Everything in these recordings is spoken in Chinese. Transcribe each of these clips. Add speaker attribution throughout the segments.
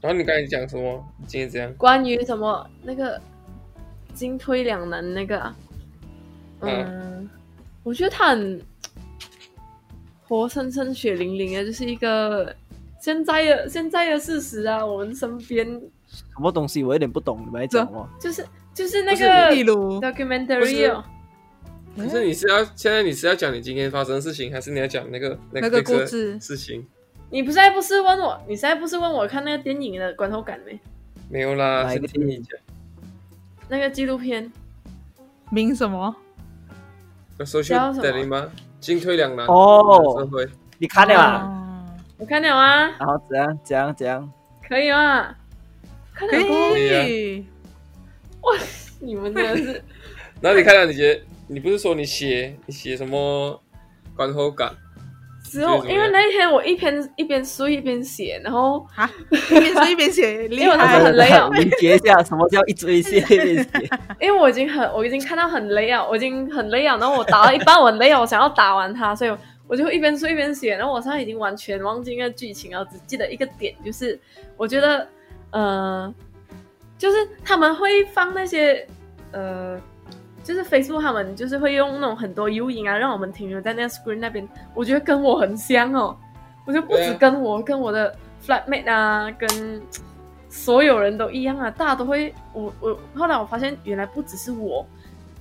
Speaker 1: 然后你刚才讲什么？你今天怎样？
Speaker 2: 关于什么那个进退两难那个、啊，
Speaker 1: 嗯
Speaker 2: 嗯，我觉得他很活生生、血淋淋的，就是一个现在的现在的事实啊。我们身边
Speaker 3: 什么东西我有点不懂，你们在讲什么？
Speaker 2: 就是就是那
Speaker 4: 不是
Speaker 2: 个
Speaker 4: 例如
Speaker 2: documentary 哦，
Speaker 4: 嗯
Speaker 1: 可是你是要现在你是要讲你今天发生的事情，还是你要讲那个
Speaker 4: 那个
Speaker 1: Netflix
Speaker 4: 故
Speaker 1: 的
Speaker 4: 事
Speaker 1: 事情？
Speaker 2: 你不是还不是问我，你现在不是问我看那个电影的观后感没？
Speaker 1: 没有啦，
Speaker 3: 哪一
Speaker 1: 是
Speaker 3: 个
Speaker 1: 听你讲。
Speaker 2: 那个纪录片
Speaker 4: 明什么？
Speaker 1: 那搜寻
Speaker 2: 叫什么
Speaker 1: d i l 吗？进退两难。
Speaker 3: 哦
Speaker 1: 社会
Speaker 3: 你看了
Speaker 1: 哦
Speaker 3: 啊？
Speaker 4: 啊？
Speaker 2: 我看了啊，
Speaker 3: 然后怎样怎样怎样？
Speaker 2: 可以吗？看了
Speaker 4: 可
Speaker 2: 过，
Speaker 4: 以，
Speaker 2: 你们真的是。
Speaker 1: 然后你看到你觉得，你不是说你写你写什么观后感？
Speaker 2: 之后
Speaker 1: 你觉得怎，么
Speaker 2: 因为
Speaker 1: 样
Speaker 2: 那一天我一边一边睡一边写，然后
Speaker 4: 啊，一边说一边写，厉
Speaker 2: 因为我那时
Speaker 4: 害
Speaker 2: 候很累哦
Speaker 3: 理解一下什么叫一追 一泻一边写。
Speaker 2: 因为我已经很我已经看到很累啊，我已经很累啊，然后我打到一半我很累啊，我想要打完它，所以我就一边睡一边写，然后我现在已经完全忘记那个剧情了，只记得一个点，就是我觉得呃，就是他们会放那些呃。就是 Facebook 他们就是会用那种很多诱引啊，让我们停留在那个 screen 那边。我觉得跟我很像哦，我就不
Speaker 1: 对啊
Speaker 2: 止跟我，跟我的 flatmate 啊，跟所有人都一样啊，大家都会。我我后来我发现，原来不只是我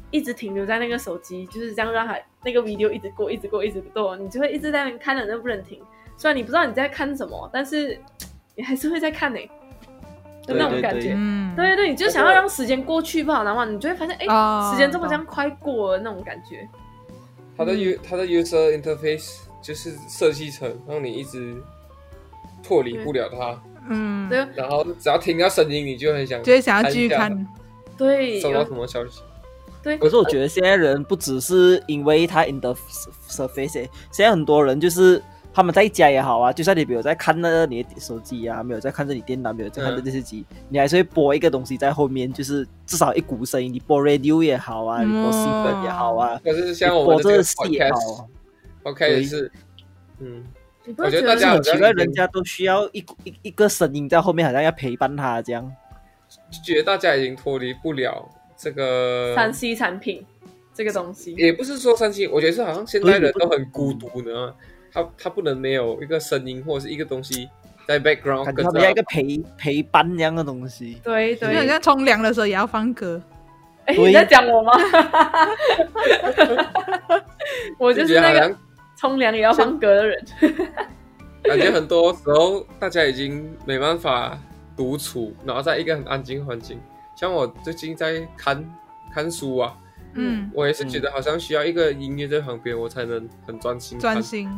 Speaker 2: 一直停留在那个手机，就是这样让它那个 video 一直过，一直过，一直过，你就会一直在那边看了，那不能停。虽然你不知道你在看什么，但是你还是会在看呢、就那种
Speaker 3: 对对
Speaker 2: 感
Speaker 3: 对
Speaker 2: 觉。
Speaker 4: 嗯，
Speaker 2: 对对，你就想要让时间过去吧，然后你就会发现，哎、
Speaker 4: 啊
Speaker 2: 时间这么这样快过了那种感觉。
Speaker 1: 它
Speaker 4: 嗯
Speaker 1: 的 u 它的 user interface 就是设计成让你一直脱离不了它，
Speaker 4: 嗯，
Speaker 2: 对
Speaker 1: 然后只要听到声音，你就很想
Speaker 4: 就会想要继续看，
Speaker 2: 对，
Speaker 1: 收到
Speaker 2: 有
Speaker 1: 什么消息。
Speaker 2: 对，
Speaker 3: 可是我觉得现在人不只是因为他 in the surface，欸现在很多人就是他们在家也好啊，就算你没有在看那个你的手机啊，没有在看这你电脑，没有在看这
Speaker 1: 嗯
Speaker 3: 电视机，你还是会播一个东西在后面，就是至少一股声音，你播 radio 也好啊，你播
Speaker 4: 嗯
Speaker 3: 新闻也好啊，
Speaker 1: 可是
Speaker 3: 你
Speaker 1: 嗯像我
Speaker 3: 播
Speaker 1: 们的
Speaker 3: 这
Speaker 1: 这
Speaker 3: 个
Speaker 1: 个
Speaker 3: 戏也好啊
Speaker 1: podcast，podcast，也是，嗯，
Speaker 2: 你不会
Speaker 1: 我觉
Speaker 2: 觉
Speaker 1: 得大
Speaker 2: 得
Speaker 1: 家
Speaker 3: 很
Speaker 1: 好像
Speaker 3: 奇怪，
Speaker 1: 已经
Speaker 3: 人家都需要一股一一个声音在后面，好像要陪伴他这样。
Speaker 1: 就觉得大家已经脱离不了这个
Speaker 2: 三 C 产品这个东西？
Speaker 1: 也不是说三星，我觉得是好像现代人都很孤独，你知道吗？他他不能没有一个声音或者是一个东西在 background
Speaker 3: 感觉
Speaker 1: 跟
Speaker 3: 他们要一
Speaker 1: 着
Speaker 3: 个陪陪伴这样的东西。
Speaker 2: 对
Speaker 4: 就好
Speaker 2: 对，
Speaker 4: 像冲凉的时候也要放歌，
Speaker 2: 哎，
Speaker 3: 对
Speaker 2: 你在讲 我吗？我
Speaker 1: 他，
Speaker 2: 就是
Speaker 1: 觉
Speaker 2: 那
Speaker 1: 得好
Speaker 2: 个
Speaker 1: 像
Speaker 2: 冲凉也要放歌的人。
Speaker 1: 感觉很多时候大家已经没办法独处，然后在一个很安静的环境。像我最近在看看书啊，
Speaker 4: 嗯，
Speaker 1: 我也是觉得好像需要一个音乐在旁边，我才能很专心看
Speaker 4: 专。心，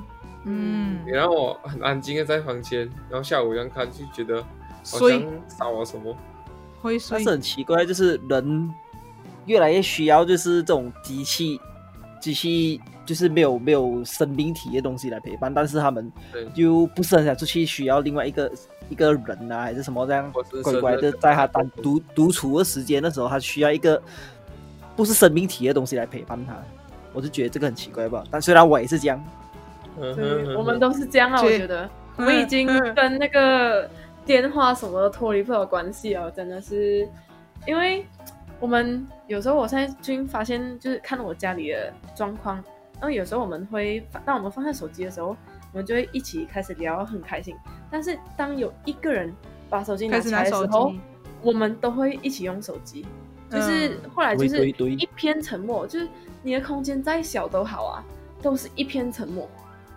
Speaker 4: 嗯，
Speaker 1: 你让我很安静的在房间，然后下午这样看，就觉得好
Speaker 4: 所以
Speaker 1: 像少了什么。
Speaker 4: 会睡
Speaker 3: 但是，很奇怪，就是人越来越需要就是这种机器，机器就是没有没有生命体的东西来陪伴，但是他们
Speaker 1: 对，
Speaker 3: 又不是很想出去，需要另外一个一个人啊，还是什么这样
Speaker 1: 我是
Speaker 3: 乖乖
Speaker 1: 真
Speaker 3: 的
Speaker 1: 的
Speaker 3: 在他单独独处的时间的时候，他需要一个不是生命体的东西来陪伴他。我就觉得这个很奇怪吧，但虽然我也是这样，
Speaker 1: 嗯哼
Speaker 2: 对，
Speaker 1: 哼
Speaker 2: 我
Speaker 1: 哼
Speaker 2: 们都是这样啊，我
Speaker 4: 对
Speaker 2: 觉得我
Speaker 4: 嗯
Speaker 2: 们已经
Speaker 4: 嗯
Speaker 2: 跟那个电话什么都脱离不了关系哦，真的是，因为我们有时候我现在最近发现，就是看我家里的状况，然后有时候我们会放，当我们放下手机的时候，我们就会一起开始聊，很开心。但是当有一个人把手机拿
Speaker 4: 开始
Speaker 2: 起
Speaker 4: 拿
Speaker 2: 来的
Speaker 4: 手
Speaker 2: 时候
Speaker 4: 机，，
Speaker 2: 我们都会一起用手机，就是
Speaker 4: 嗯
Speaker 2: 后来就是
Speaker 3: 对对对
Speaker 2: 一片沉默，就是你的空间再小都好啊，都是一片沉默，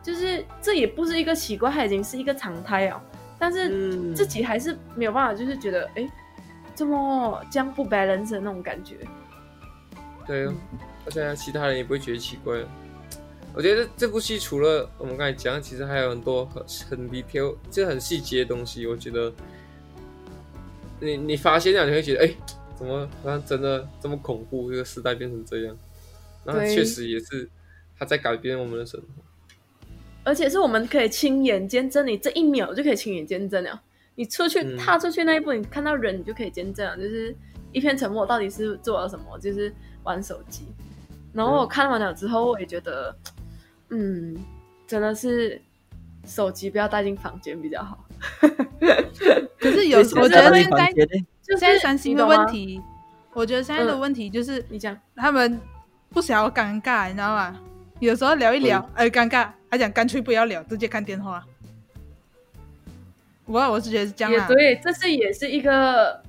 Speaker 2: 就是这也不是一个奇怪，它已经是一个常态啊。但是
Speaker 1: 嗯
Speaker 2: 自己还是没有办法，就是觉得哎，这么这样不 balance 的那种感觉。
Speaker 1: 对哦，而且其他人也不会觉得奇怪。我觉得这部戏除了我们刚才讲，其实还有很多很很 detail，这很细节的东西。我觉得你你发现了，你会觉得哎、怎么好像真的这么恐怖？这个时代变成这样，然后
Speaker 2: 对
Speaker 1: 确实也是它在改变我们的生活。
Speaker 2: 而且是我们可以亲眼见证，你这一秒就可以亲眼见证了。你出去、
Speaker 1: 嗯
Speaker 2: 踏出去那一步，你看到人，你就可以见证了。就是一片沉默，到底是做了什么？就是玩手机。然后我
Speaker 1: 嗯
Speaker 2: 看完了之后，我也觉得，嗯，真的是手机不要带进房间比较好。
Speaker 4: 可是有，我觉
Speaker 2: 就是
Speaker 4: 得
Speaker 2: 会
Speaker 4: 现在
Speaker 2: 就是
Speaker 4: 现在三星的问，
Speaker 2: 你懂吗嗯
Speaker 4: 题，我觉得现在的问题就是
Speaker 2: 你讲，
Speaker 4: 他们不想要尴尬，你知道吗？有时候聊一聊，哎、尴尬，他讲干脆不要聊，直接看电话。我我是觉得是这样
Speaker 2: 也
Speaker 4: 啊，
Speaker 2: 对，这是也是一个，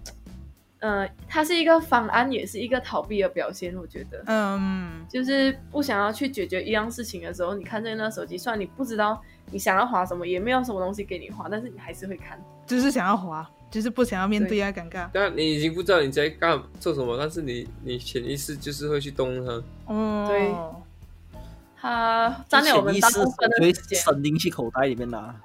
Speaker 2: 呃，它是一个方案，也是一个逃避的表现，我觉得。
Speaker 4: 嗯，
Speaker 2: 就是不想要去解决一样事情的时候，你看着那手机，虽然你不知道你想要划什么，也没有什么东西给你划，但是你还是会看。
Speaker 4: 就是想要滑，就是不想要面对啊，尴尬。
Speaker 1: 但你已经不知道你在干做什么，但是你你潜意识就是会去动它。
Speaker 4: 哦，
Speaker 2: 它占了我们
Speaker 3: 意
Speaker 2: 大
Speaker 3: 识
Speaker 2: 部分的
Speaker 3: 会
Speaker 2: 时间。
Speaker 3: 伸进去口袋里面啊啦。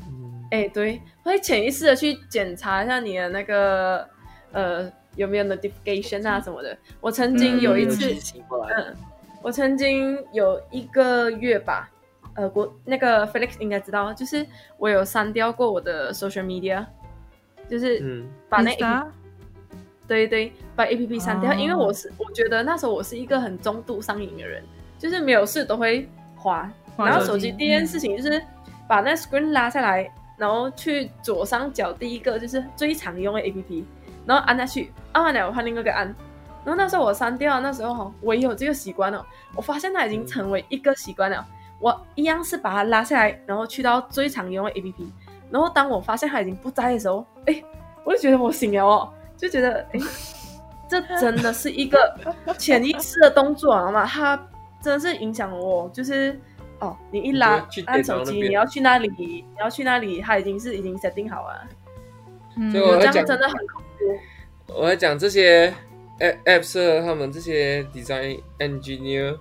Speaker 1: 嗯，
Speaker 2: 哎，对，会潜意识的去检查一下你的那个呃有没有 notification 啊什么的。我曾经有一
Speaker 3: 嗯
Speaker 2: 次，
Speaker 3: 提醒过来，
Speaker 2: 嗯，我曾经有一个月吧，呃，国那个 Felix 应该知道，就是我有删掉过我的 social media，就是
Speaker 1: 嗯，
Speaker 2: 把那
Speaker 4: Insta？
Speaker 2: 对对，把 A P P 删掉，
Speaker 4: 哦
Speaker 2: 因为我是我觉得那时候我是一个很中度上瘾的人，就是没有事都会滑，
Speaker 4: 滑
Speaker 2: 然后
Speaker 4: 手
Speaker 2: 手
Speaker 4: 机嗯
Speaker 2: 机第一件事情就是把那 screen 拉下来，然后去左上角第一个就是最常用的 A P P，然后按下去，按完了我换另一个按，然后那时候我删掉了，那时候哈我也有这个习惯了，我发现它已经成为一个习惯了，我一样是把它拉下来，然后去到最常用的 A P P，然后当我发现它已经不在的时候，哎，我就觉得我醒了哦，就觉得哎，这真的是一个潜意识的动作，好吗？它真的是影响我，就是哦，你一
Speaker 1: 你
Speaker 2: 拉
Speaker 1: 就去
Speaker 2: 按
Speaker 1: 电脑
Speaker 2: 手
Speaker 1: 那
Speaker 2: 机，
Speaker 1: 边
Speaker 2: 你要去那里，你要去那里，它已经是已经 setting 好了，
Speaker 4: 嗯
Speaker 1: 所以
Speaker 2: 这
Speaker 1: 我在
Speaker 2: 样
Speaker 1: 讲
Speaker 2: 真的很恐怖。
Speaker 1: 我在讲这些 app apps 的他们这些 design engineer，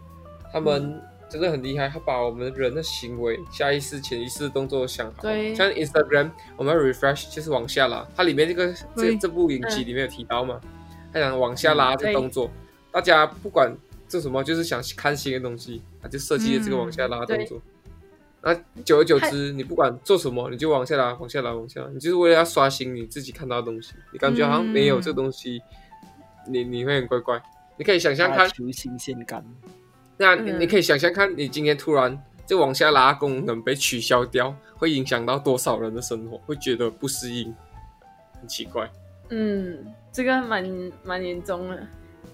Speaker 1: 他们真的很厉害，他把我们人的行为、下意识、潜意识的动作想好。
Speaker 2: 对
Speaker 1: 像 Instagram，我们要 refresh 就是往下拉，它里面这个这
Speaker 4: 对
Speaker 1: 这部影集里面有提到嘛，他想往下拉
Speaker 2: 嗯
Speaker 1: 这动作，大家不管做什么，就是想看新的东西，他就设计了这个往下拉动作。那久而久之，你不管做什么，你就往下拉，往下拉，往下拉，你就是为了要刷新你自己看到的东西。你感觉好像没有
Speaker 4: 嗯
Speaker 1: 这东西，你你会很怪怪。你可以想象
Speaker 3: 打
Speaker 1: 看，
Speaker 3: 球啊新鲜感，
Speaker 1: 那你
Speaker 2: 嗯
Speaker 1: 你可以想象看，你今天突然这往下拉功能被取消掉，会影响到多少人的生活？会觉得不适应，很奇怪。
Speaker 2: 嗯，这个蛮蛮严重的，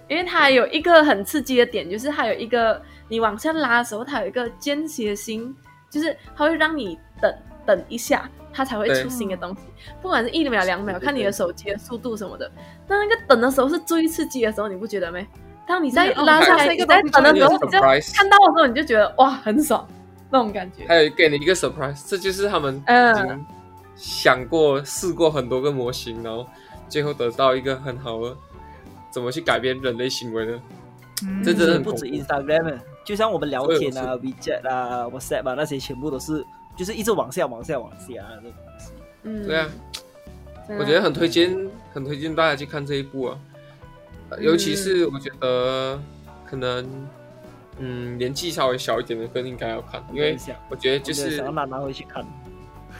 Speaker 2: 因为它有一个很刺激的点，就是它有一个你往下拉的时候，它有一个间歇性，就是它会让你等等一下，它才会
Speaker 1: 对
Speaker 2: 出新的东西，不管是一秒两秒，
Speaker 1: 对对
Speaker 2: 看你
Speaker 1: 对
Speaker 2: 的手机的速度什么的。但那个等的时候是最刺激的时候，你不觉得没？当你在
Speaker 4: 嗯哦
Speaker 2: 拉下
Speaker 4: 它
Speaker 2: 来，
Speaker 4: 是一
Speaker 2: 你
Speaker 4: 个
Speaker 2: 在
Speaker 4: 东西
Speaker 2: 等的
Speaker 4: 出
Speaker 2: 时
Speaker 4: 来
Speaker 2: 候，
Speaker 1: 的
Speaker 2: 你就
Speaker 1: surprise
Speaker 2: 看到的时候，你就觉得哇很爽那种感觉。
Speaker 1: 还有给你一个 surprise，这就是他们已经
Speaker 2: 嗯
Speaker 1: 想过、试过很多个模型，然后最后得到一个很好的怎么去改变人类行为的。
Speaker 4: 嗯
Speaker 1: 这真的很
Speaker 3: 不止
Speaker 1: 恐怖
Speaker 3: Instagram，就啊像我们聊天啊、
Speaker 1: 所
Speaker 3: WeChat 啊、WhatsApp 啊那些，全部都是就是一直往下、往下、往下啊这种东西。
Speaker 2: 嗯，
Speaker 1: 对啊，
Speaker 2: 真的，
Speaker 1: 我觉得很推荐，很推荐大家去看这一部啊，呃尤
Speaker 3: 嗯
Speaker 1: 其是我觉得可能，嗯，年纪稍微小一点的更应该要看，因为我觉得就
Speaker 3: 我没有
Speaker 1: 是
Speaker 3: 想要拿拿回去看。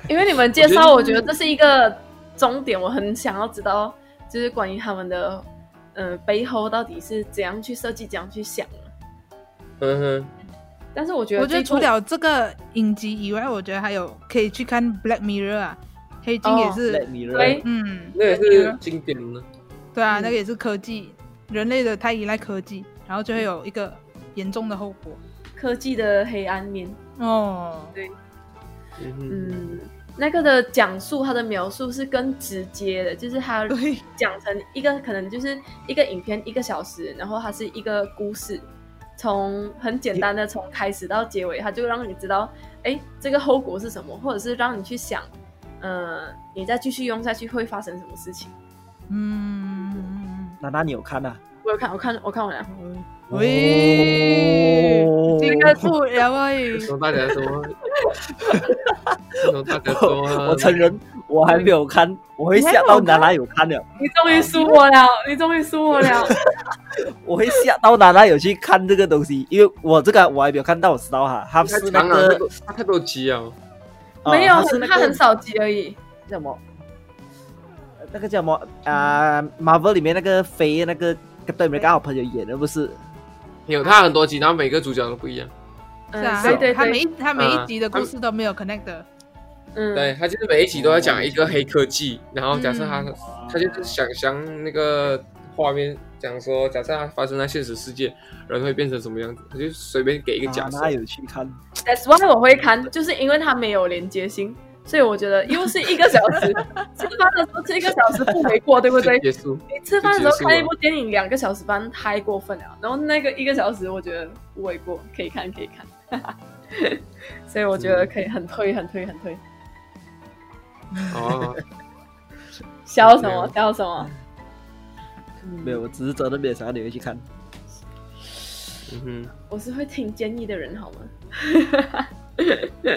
Speaker 2: 因为你们介绍，
Speaker 1: 我
Speaker 2: 我
Speaker 1: 觉
Speaker 2: 觉
Speaker 1: 得
Speaker 2: 得这是一个终点，我很想要知道，就是关于他们的呃背后到底是怎样去设计、怎样去想的。
Speaker 1: 嗯哼，
Speaker 2: 但是我觉得
Speaker 4: 我觉
Speaker 2: 这
Speaker 4: 得
Speaker 2: 一部，
Speaker 4: 除了这个影集以外，我觉得还有可以去看《Black Mirror》啊，黑镜
Speaker 2: 哦
Speaker 4: 也是，
Speaker 3: Let me
Speaker 2: 对
Speaker 3: learn，
Speaker 4: 嗯，
Speaker 1: 那也是经典的，
Speaker 4: 对啊，
Speaker 2: 嗯
Speaker 4: 那个也是科技，人类的太依赖科技，然后就会有一个严重的后果。
Speaker 2: 科技的黑暗面，
Speaker 4: 哦，
Speaker 1: 嗯哼，
Speaker 2: 嗯，那个的讲述，它的描述是更直接的，就是它
Speaker 4: 对，
Speaker 2: 讲成一个可能就是一个影片一个小时，然后它是一个故事，从很简单的从开始到结尾，它就让你知道，哎，这个后果是什么，或者是让你去想，呃，你再继续用下去会发生什么事情。
Speaker 4: 嗯，嗯
Speaker 3: 娜娜你有看啊？
Speaker 2: 我有看，我看，我看完了。
Speaker 4: 喂，
Speaker 3: 哦
Speaker 4: 这个不聊喂
Speaker 1: 为，什么大家说？ 为什么大家说？
Speaker 3: 我承认我还没有看，我会吓到娜娜有看了，
Speaker 2: 你终于输我了，你终于输我 了。
Speaker 3: 我会吓到娜娜有去看这个东西，因为我这个我还没有看到，我知道哈，他
Speaker 1: 太
Speaker 3: 是那
Speaker 1: 长了，
Speaker 3: 个
Speaker 1: 那个他太多集啊，
Speaker 3: 啊
Speaker 2: 没有，
Speaker 3: 它是那
Speaker 2: 他
Speaker 3: 个
Speaker 2: 很少集而已。
Speaker 3: 叫什么？呃那个叫什么？啊、m a r v e l 里面那个飞那个 Captain America 好朋友演的不是？
Speaker 1: 有他很多集，然后每个主角都不一样，
Speaker 4: 是
Speaker 2: 嗯，
Speaker 4: 啊，
Speaker 2: 对对
Speaker 4: 他每
Speaker 2: 对，
Speaker 4: 一他每一集的故事都没有 connect 的，
Speaker 2: 嗯，
Speaker 1: 对，他就是每一集都要讲一个黑科技，然后假设他
Speaker 3: 嗯
Speaker 1: 他就是想象那个画面，讲说假设它发生在现实世界，人会变成什么样子，他就随便给一个假
Speaker 3: 啊
Speaker 1: 设。
Speaker 3: 那有去看，
Speaker 2: That's why 我会看，就是因为它没有连接性，所以我觉得又是一个小时。吃饭的时候吃一个小时不为过，对不对
Speaker 1: 就？结束，
Speaker 2: 你吃饭的时候
Speaker 1: 就结束了
Speaker 2: 看一部电影两个小时半太过分了，然后那个一个小时我觉得不为过，可以看可以看。 所以我觉得可以很推很推很推。
Speaker 1: 哦，
Speaker 2: 笑什么笑什么？嗯
Speaker 3: 没有，我只是真的没有想到你会去看。
Speaker 1: 嗯
Speaker 2: 我是会听建议的人，好吗？
Speaker 1: 哼，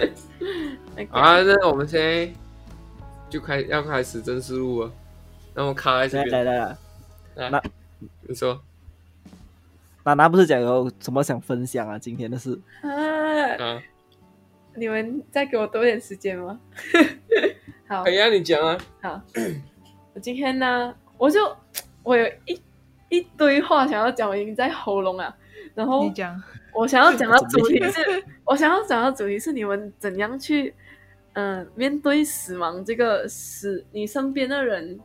Speaker 1: 啊，那我们现在就开要开始正式录了，那我卡在这
Speaker 3: 来来
Speaker 1: 边，
Speaker 3: 来来，
Speaker 1: 来
Speaker 3: 那，
Speaker 1: 你说
Speaker 3: 娜娜不是讲有什么想分享啊？今天的事，
Speaker 2: 啊，
Speaker 1: 啊，
Speaker 2: 你们再给我多点时间吗？ 好
Speaker 1: 哎，呀，你讲啊，
Speaker 2: 好，我今天呢，我就我有一一堆话想要讲，我已经在喉咙啊。然后
Speaker 4: 你讲，
Speaker 2: 我想要讲到
Speaker 3: 怎
Speaker 2: 主
Speaker 3: 么
Speaker 2: 题是， 我想要讲到主题是你们怎样去，嗯、面对死亡这个死，你身边的人，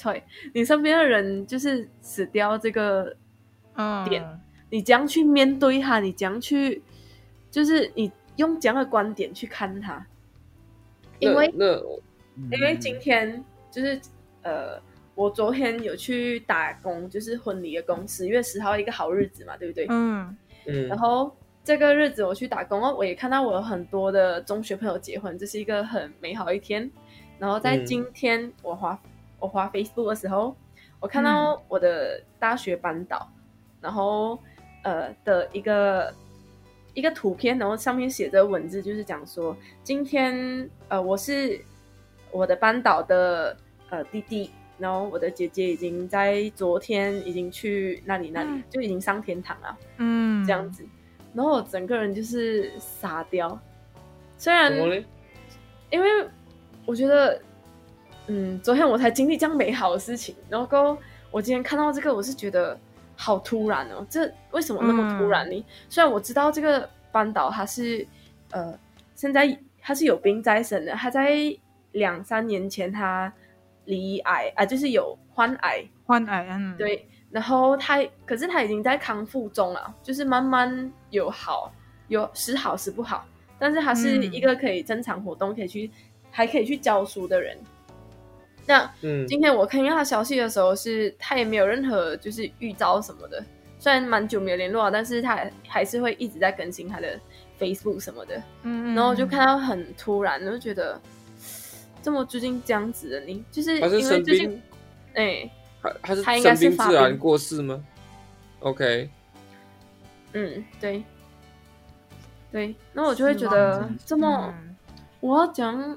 Speaker 2: 对，你身边的人就是死掉这个
Speaker 4: 嗯，
Speaker 2: 点你怎样去面对它，你怎样去，就是你用怎样的观点去看它，因为
Speaker 1: 那那我
Speaker 3: 嗯
Speaker 2: 因为今天就是呃，我昨天有去打工，就是婚礼的公司，一月十号一个好日子嘛，对不对？
Speaker 4: 嗯
Speaker 1: 嗯
Speaker 2: 然，后这个日子我去打工哦，我也看到我有很多的中学朋友结婚，这是一个很美好的一天。然后在
Speaker 1: 嗯
Speaker 2: 今天我滑、我滑 Facebook 的时候，我看到我的大学班导，然后呃的一个一个图片，然后上面写着文字，就是讲说今天呃我是我的班导的呃弟弟。然后我的姐姐已经在昨天已经去那里那里，
Speaker 4: 嗯
Speaker 2: 就已经上天堂了。
Speaker 4: 嗯，
Speaker 2: 这样子，然后我整个人就是傻掉。
Speaker 1: 怎
Speaker 2: 虽然
Speaker 1: 么嘞？
Speaker 2: 因为我觉得，嗯，昨天我才经历这样美好的事情，然后过后我今天看到这个，我是觉得好突然哦，这为什么那么
Speaker 1: 嗯
Speaker 2: 突然呢？虽然我知道这个班导他是呃现在他是有病在身的，他在两三年前他离癌啊，就是有患癌，
Speaker 4: 患癌，嗯，，
Speaker 2: 对，然后他可是他已经在康复中了，就是慢慢有好，有时好时不好，但是他是
Speaker 4: 嗯
Speaker 2: 一个可以正常活动，可以去还可以去教书的人。那
Speaker 1: 嗯
Speaker 2: 今天我看到他消息的时候是，他也没有任何就是预兆什么的，虽然蛮久没有联络了，啊但是他还还是会一直在更新他的 Facebook 什么的。
Speaker 4: 嗯，
Speaker 2: 然后我就看到很突然，我就觉得这么最近这样子的你，就是
Speaker 1: 他是
Speaker 2: 因为
Speaker 1: 生
Speaker 2: 最近
Speaker 1: 病，
Speaker 2: 哎。
Speaker 1: 他他是
Speaker 2: 他应该
Speaker 1: 生
Speaker 2: 是
Speaker 1: 病
Speaker 2: 发
Speaker 1: 自然
Speaker 2: 病
Speaker 1: 过世吗？OK，
Speaker 2: 嗯，对，对，那我就会
Speaker 4: 死
Speaker 2: 觉
Speaker 4: 亡
Speaker 2: 得
Speaker 3: 真的
Speaker 2: 这么，
Speaker 4: 嗯
Speaker 2: 我要讲，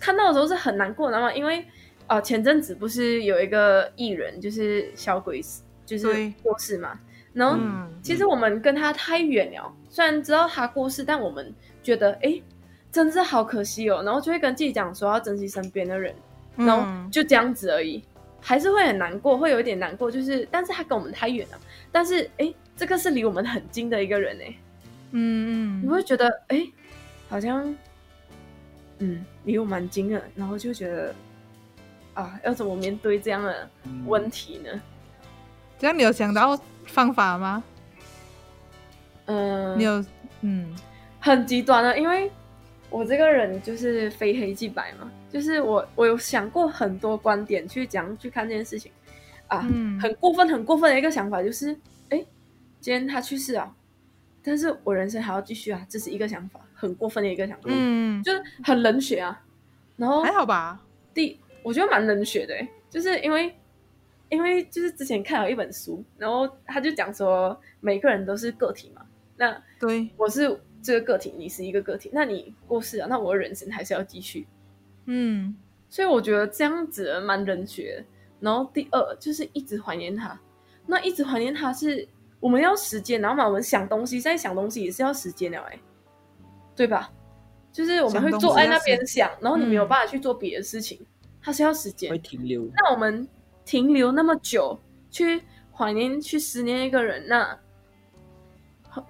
Speaker 2: 看到的时候是很难过的嘛，因为啊、呃前阵子不是有一个艺人就是小鬼死，就是
Speaker 4: 对
Speaker 2: 过世嘛，然后
Speaker 4: 嗯
Speaker 2: 其实我们跟他太远了，虽然知道他过世，但我们觉得诶，真是好可惜哦，然后就会跟自己讲说要珍惜身边的人，
Speaker 4: 嗯，
Speaker 2: 然后就这样子而已，还是会很难过，会有一点难过，就是但是他跟我们太远了，但是诶，这个是离我们很近的一个人诶，
Speaker 4: 嗯
Speaker 2: 你
Speaker 4: 嗯，
Speaker 2: 会觉得诶，好像嗯离我蛮近的，然后就觉得啊要怎么面对这样的
Speaker 3: 嗯
Speaker 2: 问题呢？
Speaker 4: 这样你有想到方法吗？
Speaker 2: 嗯，
Speaker 4: 你有，嗯
Speaker 2: 很极端啊的，因为我这个人就是非黑即白嘛，就是我我有想过很多观点去怎样去看这件事情啊，
Speaker 4: 嗯，
Speaker 2: 很过分、很过分的一个想法，就是，哎，今天他去世啊，但是我人生还要继续啊，这是一个想法，很过分的一个想法，
Speaker 4: 嗯，
Speaker 2: 就是很冷血啊。然后
Speaker 4: 还好吧，
Speaker 2: 第，我觉得蛮冷血的欸，就是因为，因为就是之前看了一本书，然后他就讲说，每个人都是个体嘛，那
Speaker 4: 对，
Speaker 2: 我是这个个体，你是一个个体，那你过世啊了，那我的人生还是要继续，
Speaker 4: 嗯
Speaker 2: 所以我觉得这样子蛮冷血的。然后第二就是一直怀念他，那一直怀念他是我们要时间，然后嘛，我们想东西，现在想东西也是要时间了、哎，对吧？就是我们会
Speaker 4: 想东西
Speaker 2: 坐在那
Speaker 4: 要时
Speaker 2: 边想，然后你没有
Speaker 4: 嗯
Speaker 2: 办法去做别的事情，它是要时间
Speaker 3: 会。停留，
Speaker 2: 那我们停留那么久，去怀念、去思念一个人，那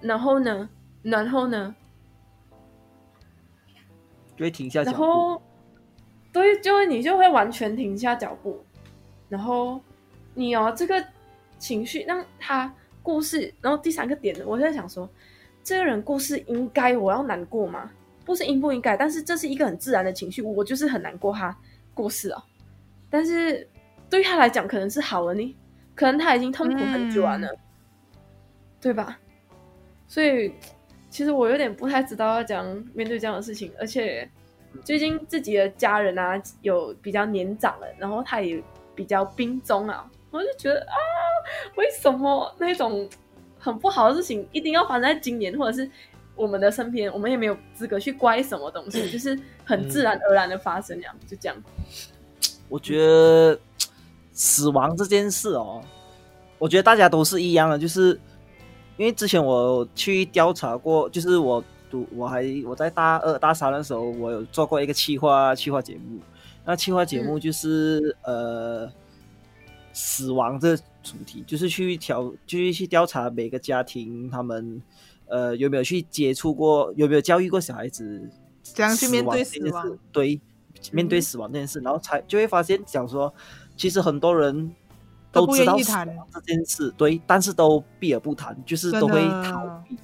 Speaker 2: 然后呢？然后呢？
Speaker 3: 就会停下脚
Speaker 2: 然
Speaker 3: 步。
Speaker 2: 后，对，就会你就会完全停下脚步，然后你哦这个情绪让他故事，然后第三个点，我在想说，这个人故事应该我要难过吗？不是应不应该，但是这是一个很自然的情绪，我就是很难过他过世哦，但是对他来讲可能是好的呢，可能他已经痛苦很久了呢，
Speaker 3: 嗯
Speaker 2: 对吧？所以其实我有点不太知道要讲面对这样的事情，而且最近自己的家人啊有比较年长了，然后他也比较病中啊，我就觉得啊，为什么那种很不好的事情一定要发生在今年，或者是我们的身边，我们也没有资格去怪什么东西，就是很自然而然的发生，这样就这样。
Speaker 3: 我觉得死亡这件事哦，我觉得大家都是一样的，就是因为之前我去调查过，就是我读我还我在大二大三的时候，我有做过一个企划企划节目，那企划
Speaker 4: 嗯
Speaker 3: 节目就是、呃死亡这主题，就是去调就是去调查每个家庭他们呃有没有去接触过，有没有教育过小孩子
Speaker 4: 怎样去面对
Speaker 3: 死亡这
Speaker 4: 死
Speaker 3: 件
Speaker 4: 亡
Speaker 3: 事？对，面对死亡这件事，然后才就会发现，讲说，其实很多人
Speaker 4: 都
Speaker 3: 都
Speaker 4: 不
Speaker 3: 知道
Speaker 4: 愿意
Speaker 3: 死亡
Speaker 4: 谈
Speaker 3: 这件事，对，但是都避而不谈，就是
Speaker 4: 真
Speaker 3: 都会
Speaker 4: 的
Speaker 3: 逃避。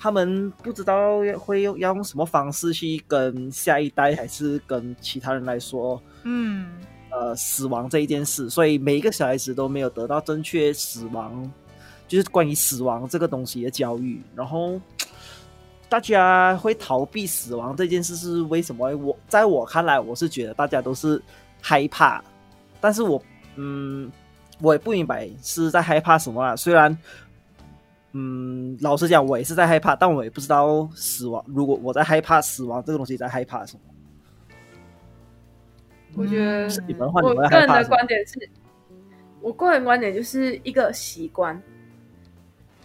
Speaker 3: 他们不知道要会用要用什么方式去跟下一代，还是跟其他人来说，
Speaker 4: 嗯，
Speaker 3: 呃，死亡这一件事，所以每一个小孩子都没有得到正确死亡，就是关于死亡这个东西的教育。然后大家会逃避死亡这件事是为什么？我在我看来，我是觉得大家都是害怕，但是我嗯，我也不明白是在害怕什么啦。虽然嗯，老实讲，我也是在害怕，但我也不知道死亡。如果我在害怕死亡这个东西，在害怕什么？
Speaker 2: 我觉得
Speaker 4: 嗯
Speaker 3: 是你们的话，你
Speaker 2: 我
Speaker 3: 们会
Speaker 2: 个
Speaker 3: 害
Speaker 2: 人
Speaker 3: 怕
Speaker 2: 的
Speaker 3: 什么？
Speaker 2: 观点是，我个人观点就是一个习惯，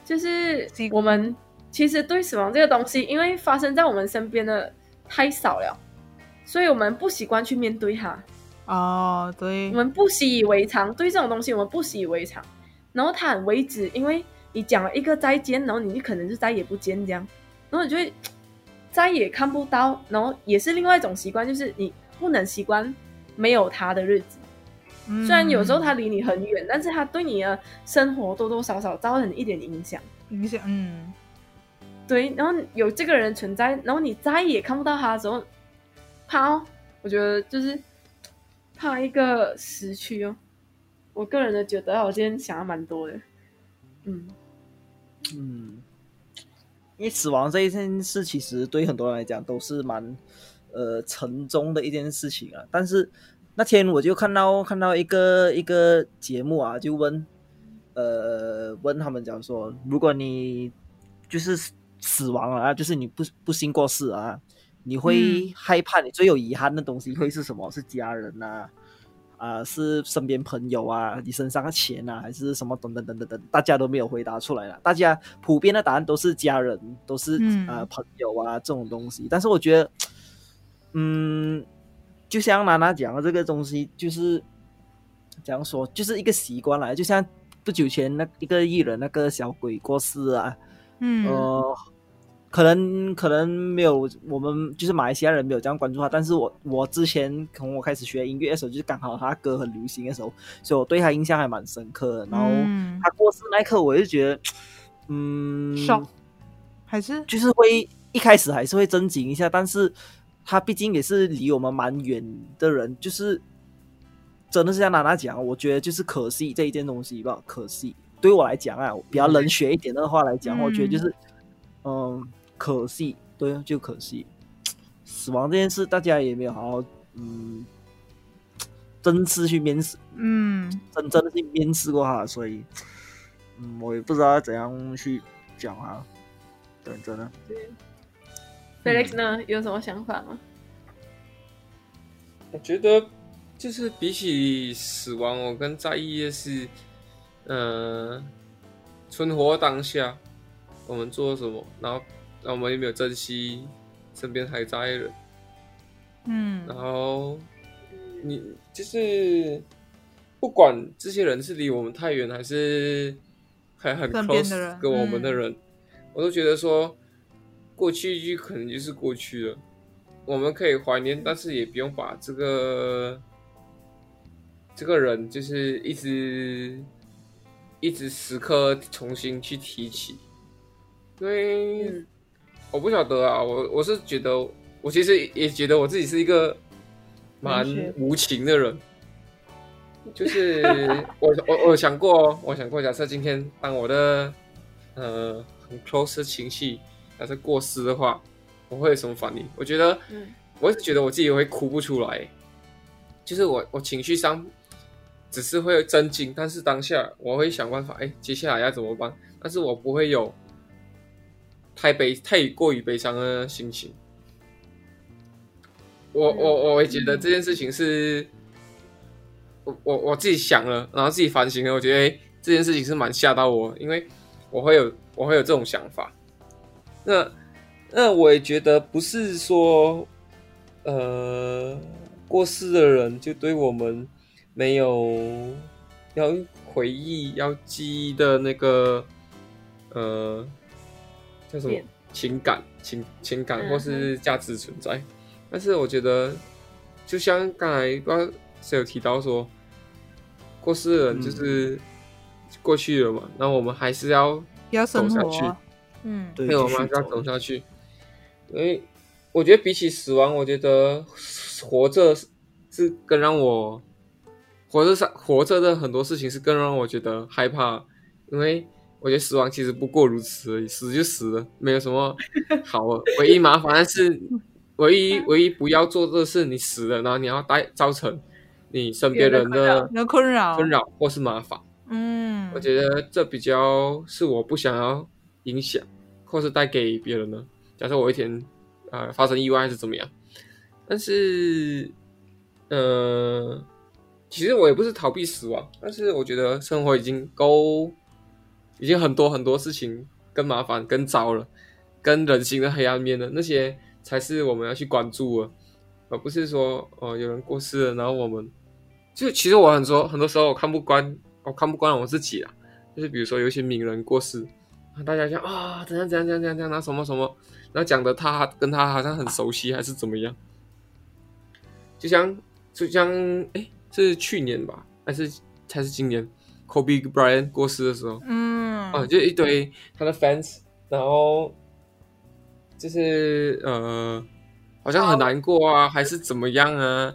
Speaker 2: 就是
Speaker 4: 习
Speaker 2: 我们其实对死亡这个东西，因为发生在我们身边的太少了，所以我们不习惯去面对它，
Speaker 4: 哦，对
Speaker 2: 我，们不习以为常，对这种东西我们不习以为常，然后它很微止，因为你讲了一个再见，然后你就可能就再也不见这样，然后你就会再也看不到，然后也是另外一种习惯，就是你不能习惯没有它的日子。
Speaker 4: 嗯
Speaker 2: 虽然有时候它离你很远，但是它对你的生活多多少少造成一点影响。
Speaker 4: 影响，嗯，
Speaker 2: 对，然后有这个人存在，然后你再也看不到他的时候，怕哦，我觉得就是怕一个失去哦。我个人的觉得，我今天想的蛮多的，嗯，
Speaker 3: 嗯，因为死亡这一件事，其实对很多人来讲都是蛮呃沉重的一件事情啊。但是那天我就看到看到一个一个节目啊，就问呃问他们讲说，如果你就是死死亡了啊，就是你不不幸过世啊，你会害怕你最有遗憾的东西会是什么？是家人呐、啊？是身边朋友啊，你身上的钱啊，还是什么等等等等等，大家都没有回答出来了。大家普遍的答案都是家人，都是、
Speaker 4: 嗯
Speaker 3: 呃朋友啊这种东西。但是我觉得，嗯，就像娜娜讲的这个东西，就是怎样说，就是一个习惯来，就像不久前那一个艺人那个小鬼过世啊，
Speaker 4: 嗯，
Speaker 3: 呃，可能可能没有我们就是马来西亚人没有这样关注他，但是我我之前从我开始学音乐的时候，就是刚好他歌很流行的时候，所以我对他印象还蛮深刻的。然后
Speaker 4: 嗯
Speaker 3: 他过世那一刻，我就觉得，嗯，
Speaker 4: 爽还是
Speaker 3: 就是会一开始还是会震惊一下，但是他毕竟也是离我们蛮远的人，就是真的是像娜娜讲，我觉得就是可惜这一件东西吧，可惜。对我来讲啊，我比较冷血一点的话来讲，
Speaker 4: 嗯
Speaker 3: 我觉得就是，嗯，可惜，对，就可惜。死亡这件事，大家也没有好好，嗯，真是去面试，
Speaker 4: 嗯，
Speaker 3: 真正的去面试过他，所以，嗯，我也不知道怎样去讲他，对，真的。
Speaker 2: Felix 呢有什么想法吗？
Speaker 1: 我觉得就是比起死亡，我更在意的是，呃，存活当下我们做了什么，然后然后我们有没有珍惜身边还在的人。
Speaker 4: 嗯
Speaker 1: 然后你就是不管这些人是离我们太远还是还很
Speaker 4: 身边的
Speaker 1: close
Speaker 4: 人
Speaker 1: 跟我们的
Speaker 4: 嗯
Speaker 1: 人，我都觉得说过去就可能就是过去了，我们可以怀念，
Speaker 4: 嗯
Speaker 1: 但是也不用把这个这个人就是一直一直时刻重新去提起，因为、
Speaker 2: 嗯
Speaker 1: 我不晓得啊，我我是觉得，我其实也觉得我自己是一个蛮
Speaker 2: 文学
Speaker 1: 无情的人，就是 我我我有想过哦，我想过，假设今天当我的呃很 close 的亲戚假设过世的话，我会有什么反应？我觉得，
Speaker 2: 嗯
Speaker 1: 我一直觉得我自己会哭不出来，就是我我情绪上只是会震惊，但是当下我会想办法，哎，接下来要怎么办？但是我不会有太悲太过于悲伤的心情。我我我也觉得这件事情是，我我我自己想了，然后自己反省了，我觉得、诶这件事情是蛮吓到我，因为我会有我会有这种想法。那那我也觉得不是说，呃，过世的人就对我们没有要回忆、要记忆的那个呃叫什么
Speaker 2: 点
Speaker 1: 情感、情情感
Speaker 2: 嗯
Speaker 1: 或是价值存在。但是我觉得，就像刚才不知道谁有提到说，过世的人就是过去了嘛，那我们还是要
Speaker 4: 要生
Speaker 1: 走下
Speaker 4: 活
Speaker 1: 去
Speaker 4: 啊，嗯，
Speaker 3: 对，
Speaker 1: 没有，我
Speaker 3: 继
Speaker 1: 们
Speaker 3: 续
Speaker 1: 还是要
Speaker 3: 走
Speaker 1: 走下去。因为我觉得比起死亡，我觉得活着是是更让我活着上活着的很多事情是更让我觉得害怕，因为我觉得死亡其实不过如此而已，死就死了，没有什么好的。唯一麻烦的是，唯一唯一不要做的是你死了，然后你要带造成你身边
Speaker 2: 别人
Speaker 1: 人
Speaker 2: 的
Speaker 1: 的
Speaker 4: 有困扰，
Speaker 1: 困，扰或是麻烦。
Speaker 4: 嗯，
Speaker 1: 我觉得这比较是我不想要影响，或是带给别人的。假设我一天啊、呃发生意外还是怎么样，但是，呃，其实我也不是逃避死亡，但是我觉得生活已经够，已经很多很多事情更麻烦、更糟了，跟人性的黑暗面了，那些才是我们要去关注的，而不是说哦、呃有人过世了，然后我们就其实我很多很多时候我看不惯，我看不惯我自己啊，就是比如说有一些名人过世，啊大家讲啊怎样怎样怎样怎样怎样，然后什么什么，然后讲的他跟他好像很熟悉还是怎么样，就像就像哎是去年吧，还是还是今年，Kobe Bryant 过世的时候，
Speaker 4: 嗯，
Speaker 1: 啊，就一堆他的 fans，然后就是呃，好像
Speaker 4: 哦
Speaker 1: 很难过啊，还是怎么样啊，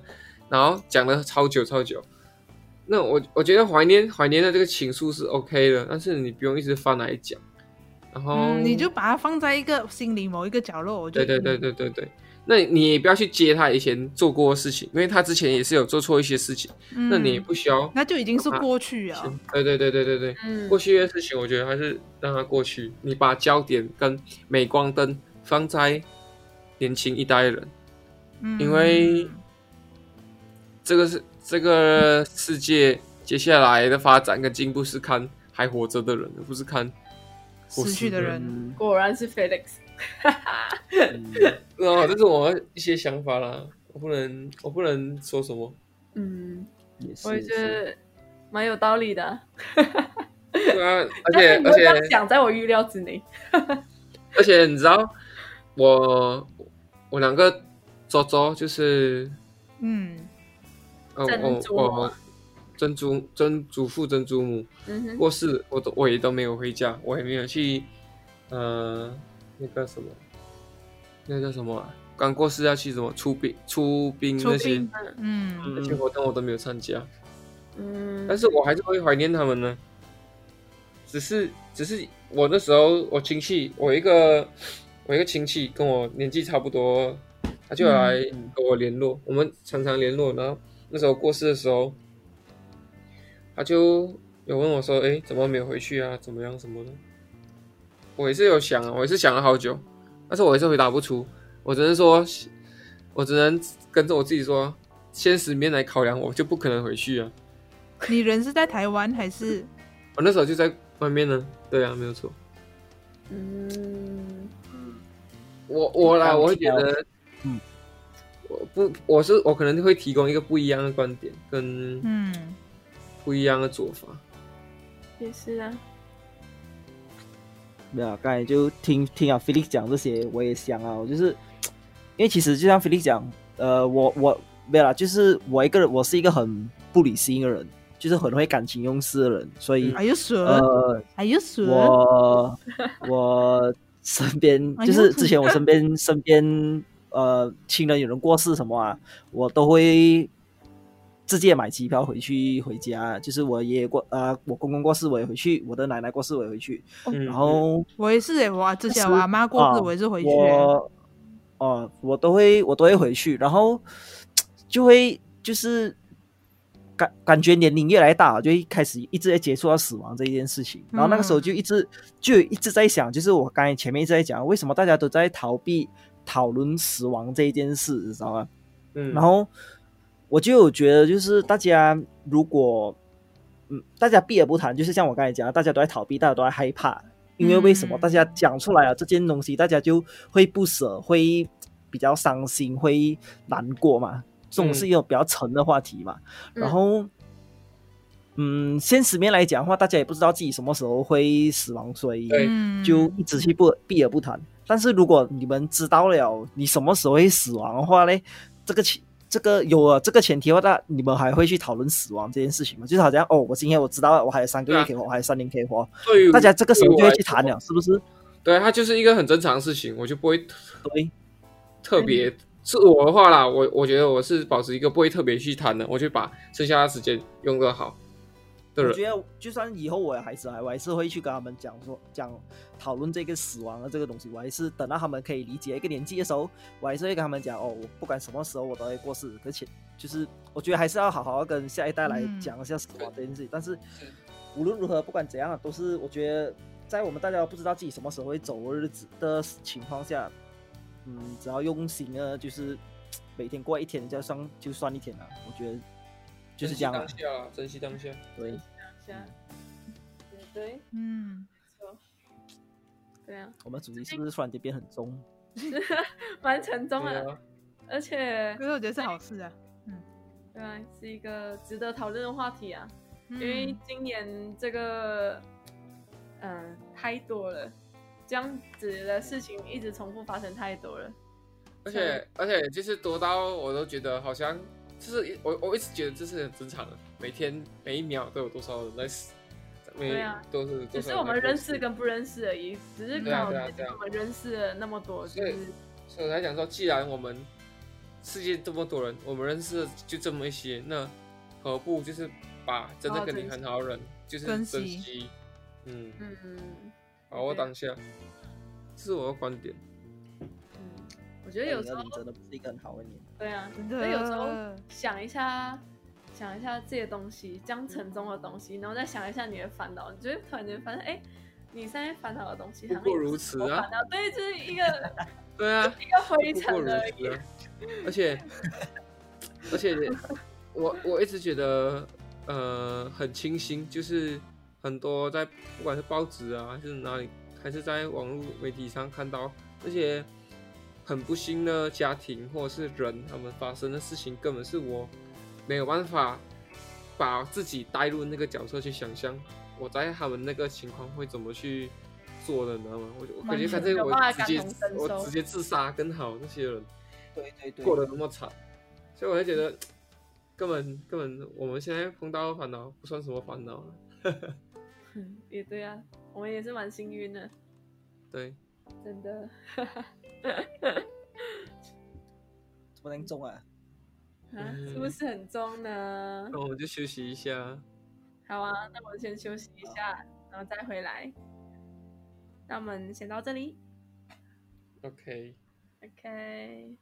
Speaker 1: 然后讲了超久超久。那我我觉得怀念怀念的这个情愫是 OK 的，但是你不用一直翻来讲，然后、
Speaker 4: 嗯，你就把它放在一个心里某一个角落，我觉
Speaker 1: 对
Speaker 4: 得
Speaker 1: 对对，对对对，那你也不要去接他以前做过的事情，因为他之前也是有做错一些事情，
Speaker 4: 嗯
Speaker 1: 那你也不需要。
Speaker 4: 음，那就已经是过去了，
Speaker 1: 对对对对对对，
Speaker 2: 嗯
Speaker 1: 过去的事情，我觉得还是让它过去。你把焦点跟镁光灯放在年轻一代人，
Speaker 4: 嗯，
Speaker 1: 因为这个是这个世界接下来的发展跟进步是看还活着的人，而不是看过
Speaker 4: 死去的人
Speaker 3: 嗯
Speaker 2: 果然是 Felix。
Speaker 3: 嗯
Speaker 1: 世的人。啊，这是我一些想法啦，我不能我不能说什么。
Speaker 2: 嗯，
Speaker 3: 也是
Speaker 2: 我也
Speaker 3: 也
Speaker 2: 觉
Speaker 3: 是
Speaker 2: 得蛮有道理的，啊
Speaker 1: 对啊，而
Speaker 2: 但
Speaker 1: 且
Speaker 2: 哎是你
Speaker 1: 而
Speaker 2: 会这
Speaker 1: 且
Speaker 2: 样想，在我预料之内。
Speaker 1: 而且你知道，我我两个周周就是
Speaker 4: 嗯，
Speaker 1: 呃
Speaker 2: 珍珠
Speaker 1: 我
Speaker 2: 母
Speaker 1: 我曾祖曾祖父曾祖母
Speaker 2: 嗯哼，
Speaker 1: 过世，我都我也都没有回家，我也没有去呃那个什么，那叫什么、啊？刚过世要去什么出殡出殡
Speaker 4: 出
Speaker 1: 那些
Speaker 4: 殡，嗯，
Speaker 1: 那些活动我都没有参加，
Speaker 2: 嗯，
Speaker 1: 但是我还是会怀念他们呢。只是只是我那时候我亲戚，我一个我一个亲戚跟我年纪差不多，他就来
Speaker 3: 嗯
Speaker 1: 跟我联络，我们常常联络。然后那时候过世的时候，他就有问我说：“哎，怎么没有回去啊？怎么样什么的？”我也是有想啊，我也是想了好久，但是我也是回答不出。我只能说，我只能跟着我自己说，现实面来考量，我就不可能回去啊。
Speaker 4: 你人是在台湾还是？
Speaker 1: 我哦那时候就在外面呢。对啊，没有错。
Speaker 2: 嗯，
Speaker 1: 我我啦，
Speaker 3: 放
Speaker 1: 我会觉
Speaker 3: 掉
Speaker 1: 得，
Speaker 3: 嗯，
Speaker 1: 我不，我是我可能会提供一个不一样的观点跟
Speaker 4: 嗯，
Speaker 1: 不一样的做法。
Speaker 2: 也是啊，
Speaker 3: 没有啊，刚才就听听啊 Felix 讲这些，我也想啊，我就是因为其实就像菲利讲，呃，我我没有啦，就是我一个人，我是一个很不理性的人，就是很会感情用事的人，所以、
Speaker 4: Are you sure?
Speaker 3: 呃，
Speaker 4: Are you sure?
Speaker 3: 我我身 边
Speaker 4: 哎
Speaker 3: 就
Speaker 4: 呦
Speaker 3: 是之前我身边身边 呃亲人有人过世什么啊，我都会自己也买机票回去回家。就是我爷爷过啊、我公公过世我也回去，我的奶奶过世我也回去。
Speaker 1: 嗯
Speaker 3: 哦然后
Speaker 4: 我也是诶，我之前我阿妈过世，
Speaker 3: 啊
Speaker 4: 我也是回去欸。
Speaker 3: 我哦、我都会我都会回去，然后就会就是感感觉年龄越来越大，就会开始一直在接触到死亡这一件事情。然后那个时候
Speaker 4: 嗯
Speaker 3: 就一直、就一直在想，就是我刚才前面一直在讲，为什么大家都在逃避讨论死亡这一件事，你知道吗？
Speaker 1: 嗯，
Speaker 3: 然后我就有觉得，就是大家如果，嗯，大家避而不谈，就是像我刚才讲的，大家都在逃避，大家都在害怕，因为为什么？
Speaker 4: 嗯
Speaker 3: 大家讲出来啊了这件东西，大家就会不舍，会比较伤心，会难过嘛。这种
Speaker 1: 嗯
Speaker 3: 是一种比较沉的话题嘛。然后，嗯，现实面来讲的话，大家也不知道自己什么时候会死亡，所以
Speaker 1: 对
Speaker 4: 嗯，
Speaker 3: 就一直去不避而不谈。但是如果你们知道了你什么时候会死亡的话呢，这个前这个有了这个前提的话，那你们还会去讨论死亡这件事情吗？就是好像哦，我今天我知道了我还有三个
Speaker 1: 对
Speaker 3: 月
Speaker 1: 啊
Speaker 3: 可以活，我还有三年可以活，
Speaker 1: 对于
Speaker 3: 大家这个时候就会去谈
Speaker 1: 对我来
Speaker 3: 了，是不是？
Speaker 1: 说，对，它就是一个很正常的事情，我就不会
Speaker 3: 对，嗯
Speaker 1: 特别。是我的话啦，我我觉得我是保持一个不会特别去谈的，我就把剩下的时间用得好的
Speaker 3: 我
Speaker 1: 人。
Speaker 3: 觉得就算以后我有孩子，啊我还是会去跟他们讲说讲讨论这个死亡的这个东西，我还是等到他们可以理解一个年纪的时候，我还是会跟他们讲哦，我不管什么时候我都会过世，而且就是我觉得还是要好好跟下一代来
Speaker 4: 嗯
Speaker 3: 讲一下死亡这件事情。但是无论如何，不管怎样，啊都是我觉得在我们大家都不知道自己什么时候会走的日子的情况下，嗯，只要用心呢，就是每天过一天就算就算一天了，我觉得就是这样啊了
Speaker 1: 珍。惜当下啦，珍惜当下。
Speaker 3: 对。
Speaker 2: 啊对，
Speaker 4: 嗯，
Speaker 2: 对啊，
Speaker 3: 我们主题是不是突然间变很重？
Speaker 2: 蛮沉重
Speaker 1: 对
Speaker 2: 的，
Speaker 1: 啊，
Speaker 2: 而且
Speaker 4: 可是我觉得是好事啊，
Speaker 2: 对啊，是一个值得讨论的话题啊，
Speaker 4: 因
Speaker 2: 因为今年这个，嗯、太多了，这样子的事情一直重复发生太多了。
Speaker 1: 而且而且就是多到我都觉得好像就是一我我一直觉得这是很正常的，每天每一秒都有多少人在死，每
Speaker 2: 对啊
Speaker 1: 都是多少
Speaker 2: 只
Speaker 1: 人在
Speaker 2: 是我们
Speaker 1: 过
Speaker 2: 认
Speaker 1: 世
Speaker 2: 识跟不认识而已，只是
Speaker 1: 对啊
Speaker 2: 刚好
Speaker 1: 对啊
Speaker 2: 最近
Speaker 1: 对啊
Speaker 2: 我们认识了那么多，就
Speaker 1: 所
Speaker 2: 是
Speaker 1: 以所以我才讲说，既然我们世界这么多人，我们认识的就这么一些，那何不就是把真的跟你很好的人，就是珍
Speaker 4: 珍惜
Speaker 1: 惜，嗯，
Speaker 2: 嗯
Speaker 1: 把握当下，这是我的观点。
Speaker 2: 嗯，我觉得有时候
Speaker 3: 2020真的不是一个很好的年。
Speaker 2: 对啊，
Speaker 4: 真
Speaker 2: 所以有时候
Speaker 4: 的，
Speaker 2: 想一下，想一下这些东西，这样沉重的东西，然后再想一下你的烦恼，你就会突然间发现，哎，你现在烦恼的东西好
Speaker 1: 不过
Speaker 2: 像
Speaker 1: 如此
Speaker 2: 我
Speaker 1: 啊
Speaker 2: 烦，恼，对，就是一个
Speaker 1: 对 啊，
Speaker 2: 一个灰
Speaker 1: 不过
Speaker 2: 尘
Speaker 1: 如
Speaker 2: 的，
Speaker 1: 此啊。而且 而且我我一直觉得呃很清新，就是很多在不管是报纸啊还是哪里，还是在网络媒体上看到那些很不幸的家庭或者是人，他们发生的事情根本是我没有办法把自己带入那个角色去想象，我在他们那个情况会怎么去做的，你知道吗？我就我感觉
Speaker 4: 完全
Speaker 1: 反正
Speaker 2: 没有
Speaker 1: 我
Speaker 2: 办法
Speaker 1: 直接
Speaker 2: 感同身
Speaker 1: 我
Speaker 2: 受
Speaker 1: 直接自杀更好那些人。
Speaker 3: 对对对
Speaker 1: 过得那么惨，所以我就觉得根本根本我们现在碰到的烦恼不算什么烦恼了。啊
Speaker 2: 嗯也对啊，我们也是蛮幸运的，
Speaker 1: 对，
Speaker 2: 真的，
Speaker 3: 不能中啊！
Speaker 2: 啊，是
Speaker 1: 嗯
Speaker 2: 不是很重呢？
Speaker 1: 那我们就休息一下。
Speaker 2: 好啊，那我们先休息一下，然后再回来。那我们先到这里
Speaker 1: OK。
Speaker 2: ，OK。